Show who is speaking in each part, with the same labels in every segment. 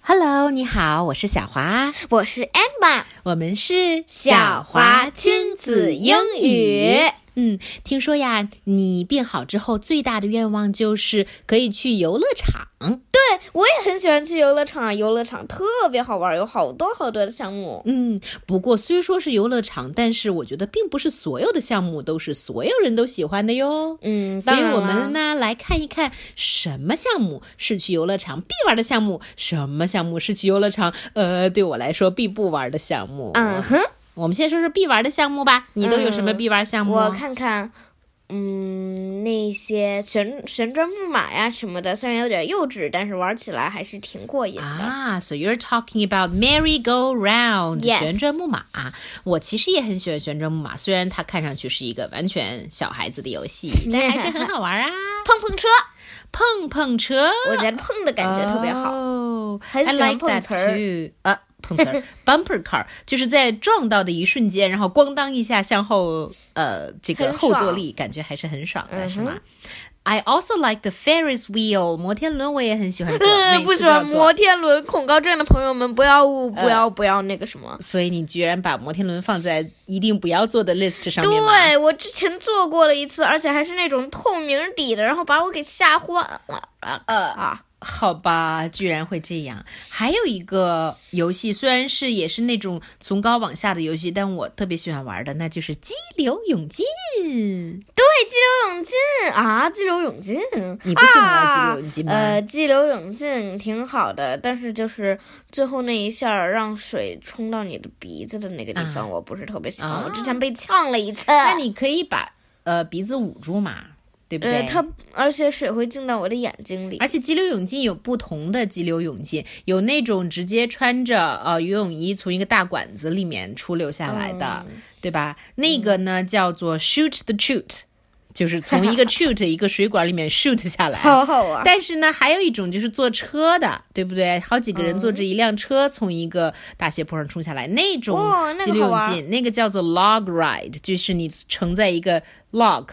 Speaker 1: Hello，你好，我是小华，
Speaker 2: 我是 Emma，
Speaker 1: 我们是
Speaker 2: 小华亲子英语。
Speaker 1: 嗯，听说呀，你变好之后最大的愿望就是可以去游乐场。
Speaker 2: 对我也很喜欢去游乐场，啊游乐场特别好玩，有好多好多的项目。
Speaker 1: 嗯，不过虽说是游乐场，但是我觉得并不是所有的项目都是所有人都喜欢的哟。
Speaker 2: 嗯，
Speaker 1: 所以
Speaker 2: 当然
Speaker 1: 我
Speaker 2: 啦
Speaker 1: 们呢来看一看什么项目是去游乐场必玩的项目，什么项目是去游乐场呃对我来说必不玩的项目。
Speaker 2: 嗯哼，
Speaker 1: 我们先说说必玩的项目吧，你都有什么
Speaker 2: 嗯
Speaker 1: 必玩项目？
Speaker 2: 我看看，嗯，那些旋旋转木马呀什么的，虽然有点幼稚，但是玩起来还是挺过瘾的。
Speaker 1: 啊，so you're talking about merry-go-round，、
Speaker 2: Yes
Speaker 1: 旋转木马。我其实也很喜欢旋转木马，虽然它看上去是一个完全小孩子的游 戏，但还是很好玩啊。
Speaker 2: 碰碰车，
Speaker 1: 碰碰车，
Speaker 2: 我觉得碰的感觉特别好。
Speaker 1: 哦、
Speaker 2: 很
Speaker 1: I
Speaker 2: 喜欢
Speaker 1: like
Speaker 2: 碰
Speaker 1: that
Speaker 2: 瓷儿
Speaker 1: too 啊，碰瓷 儿，bumper car，就是在撞到的一瞬间，然后咣当一下向后，呃，这个
Speaker 2: 很
Speaker 1: 后坐
Speaker 2: 爽嗯
Speaker 1: 力感觉还是很爽的，是吗？I also like the Ferris wheel，摩天轮我也很喜欢坐， 每
Speaker 2: 不
Speaker 1: 次
Speaker 2: 喜
Speaker 1: 都要
Speaker 2: 欢
Speaker 1: 坐
Speaker 2: 摩天轮恐高症的朋友们，不要误，不要不要那个什么。
Speaker 1: 所以你居然把摩天轮放在一定不要做的 list 上面吗？
Speaker 2: 对我之前坐过了一次，而且还是那种透明底的，然后把我给吓坏了
Speaker 1: 呃，
Speaker 2: 啊！
Speaker 1: 好吧，居然会这样。还有一个游戏，虽然是也是那种从高往下的游戏，但我特别喜欢玩的，那就是激流勇进。
Speaker 2: 激流勇进啊，激流勇进，
Speaker 1: 你不喜欢玩激流勇进吗？
Speaker 2: 啊呃，激流勇进挺好的，但是就是最后那一下儿让水冲到你的鼻子的那个地方，我不是特别喜欢。
Speaker 1: 啊
Speaker 2: 我之前被呛了一次，
Speaker 1: 那你可以把呃鼻子捂住嘛，对不对？哎
Speaker 2: 呃，它而且水会进到我的眼睛里。
Speaker 1: 而且激流勇进有不同的激流勇进，有那种直接穿着呃游泳衣从一个大管子里面出溜下来的，
Speaker 2: 嗯
Speaker 1: 对吧？那个呢、叫做 shoot the shoot，就是从 一个 shoot 一个水管里面 shoot 下来。
Speaker 2: 好好玩，
Speaker 1: 但是呢，还有一种就是坐车的，对不对？好几个人坐着
Speaker 2: 嗯
Speaker 1: 一辆车从一个大斜坡上冲下来，那种
Speaker 2: 哇那个
Speaker 1: 激流
Speaker 2: 好
Speaker 1: 勇
Speaker 2: 玩
Speaker 1: 进，那个叫做 log ride，就是你乘在一个 log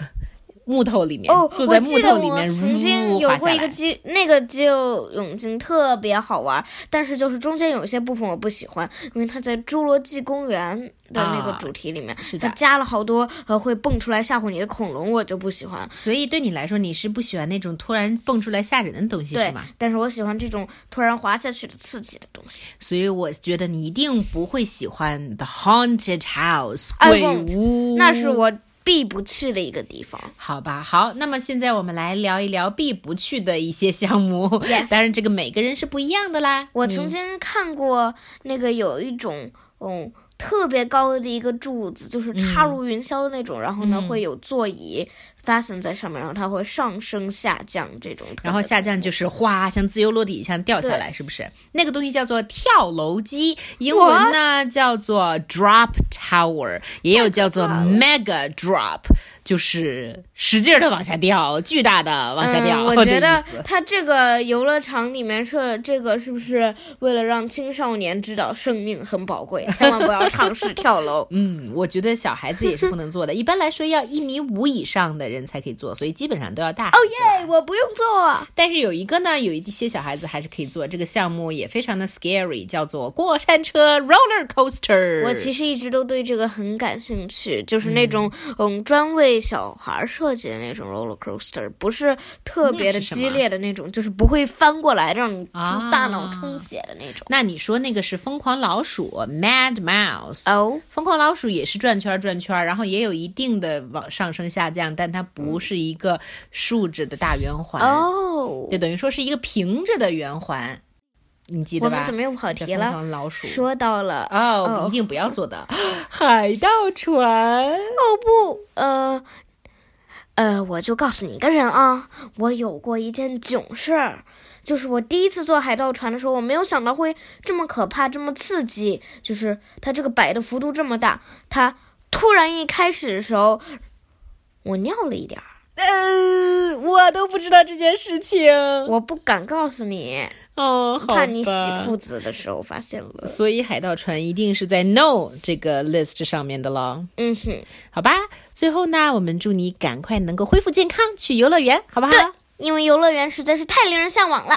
Speaker 1: 木头里面，
Speaker 2: 哦，
Speaker 1: 坐在
Speaker 2: 我
Speaker 1: 木
Speaker 2: 记得
Speaker 1: 头里
Speaker 2: 我
Speaker 1: 面，
Speaker 2: 曾经
Speaker 1: 呜
Speaker 2: 有
Speaker 1: 滑
Speaker 2: 过
Speaker 1: 下
Speaker 2: 一个
Speaker 1: 来。
Speaker 2: 激那个激流勇进特别好玩，但是就是中间有些部分我不喜欢，因为它在《侏罗纪公园》的那个
Speaker 1: 啊
Speaker 2: 主题里面，
Speaker 1: 是
Speaker 2: 它
Speaker 1: 的
Speaker 2: 加了好多呃会蹦出来吓唬你的恐龙，我就不喜欢。
Speaker 1: 所以对你来说，你是不喜欢那种突然蹦出来吓人的东西，是
Speaker 2: 对
Speaker 1: 吗？，
Speaker 2: 但是我喜欢这种突然滑下去的刺激的东西。
Speaker 1: 所以我觉得你一定不会喜欢 The Haunted House
Speaker 2: I
Speaker 1: 鬼
Speaker 2: won't
Speaker 1: 屋，
Speaker 2: 那是我必不去的一个地方。
Speaker 1: 好吧？好，那么现在我们来聊一聊必不去的一些项目。
Speaker 2: Yes
Speaker 1: 当然，这个每个人是不一样的啦。
Speaker 2: 我
Speaker 1: 你
Speaker 2: 曾经看过那个有一种，嗯，特别高的一个柱子，就是
Speaker 1: 嗯
Speaker 2: 插入云霄的那种，然后呢会有座椅 fasten 在上面，然后它会上升下降这种特别。
Speaker 1: 然后下降就是哗，像自由落体一样掉下来，是不是？那个东西叫做跳楼机，英文呢叫做 drop tower，也有叫做 mega drop，就是使劲的往下掉，巨大的往下掉。
Speaker 2: 嗯，
Speaker 1: 的
Speaker 2: 我觉
Speaker 1: 意
Speaker 2: 得
Speaker 1: 思。
Speaker 2: 它这个游乐场里面设这个是不是为了让青少年知道生命很宝贵，千万不要尝试跳楼
Speaker 1: 嗯，我觉得小孩子也是不能做的。一般来说，要一米五以上的人才可以做，所以基本上都要大。哦
Speaker 2: 耶，我不用做。
Speaker 1: 但是有一个呢，有一些小孩子还是可以做这个项目，也非常的 scary，叫做过山车 roller coaster。
Speaker 2: 我其实一直都对这个很感兴趣，就是那种嗯专为小孩儿设计的那种 roller coaster，不是特别的
Speaker 1: 那是什么
Speaker 2: 激烈的那种，就是不会翻过来让你
Speaker 1: 啊
Speaker 2: 大脑充血的那种。
Speaker 1: 那你说那个是疯狂老鼠 （Mad Mouse）？、
Speaker 2: 哦，
Speaker 1: 疯狂老鼠也是转圈儿转圈儿，然后也有一定的往上升下降，但它不是一个竖着的大圆环，
Speaker 2: 哦
Speaker 1: 就，等于说是一个平着的圆环，你记得
Speaker 2: 我
Speaker 1: 吧
Speaker 2: 们？怎么又跑
Speaker 1: 叫
Speaker 2: 题
Speaker 1: 疯
Speaker 2: 了？
Speaker 1: 狂老鼠
Speaker 2: 说到了哦
Speaker 1: 哦，
Speaker 2: 哦
Speaker 1: 一定不要做的， 海盗船。
Speaker 2: 不，呃。呃，我就告诉你一个人啊，我有过一件囧事儿，就是我第一次坐海盗船的时候，我没有想到会这么可怕，这么刺激，就是它这个摆的幅度这么大，它突然一开始的时候，我尿了一点儿，
Speaker 1: 呃，我都不知道这件事情。
Speaker 2: 我不敢告诉你，
Speaker 1: 哦，好
Speaker 2: 怕你洗
Speaker 1: 吧
Speaker 2: 裤子的时候发现了。
Speaker 1: 所以海盗船一定是在 no 这个 list 上面的喽。
Speaker 2: 嗯哼，
Speaker 1: 好吧，最后呢，我们祝你赶快能够恢复健康，去游乐园，好不好？
Speaker 2: 因为游乐园实在是太令人向往了。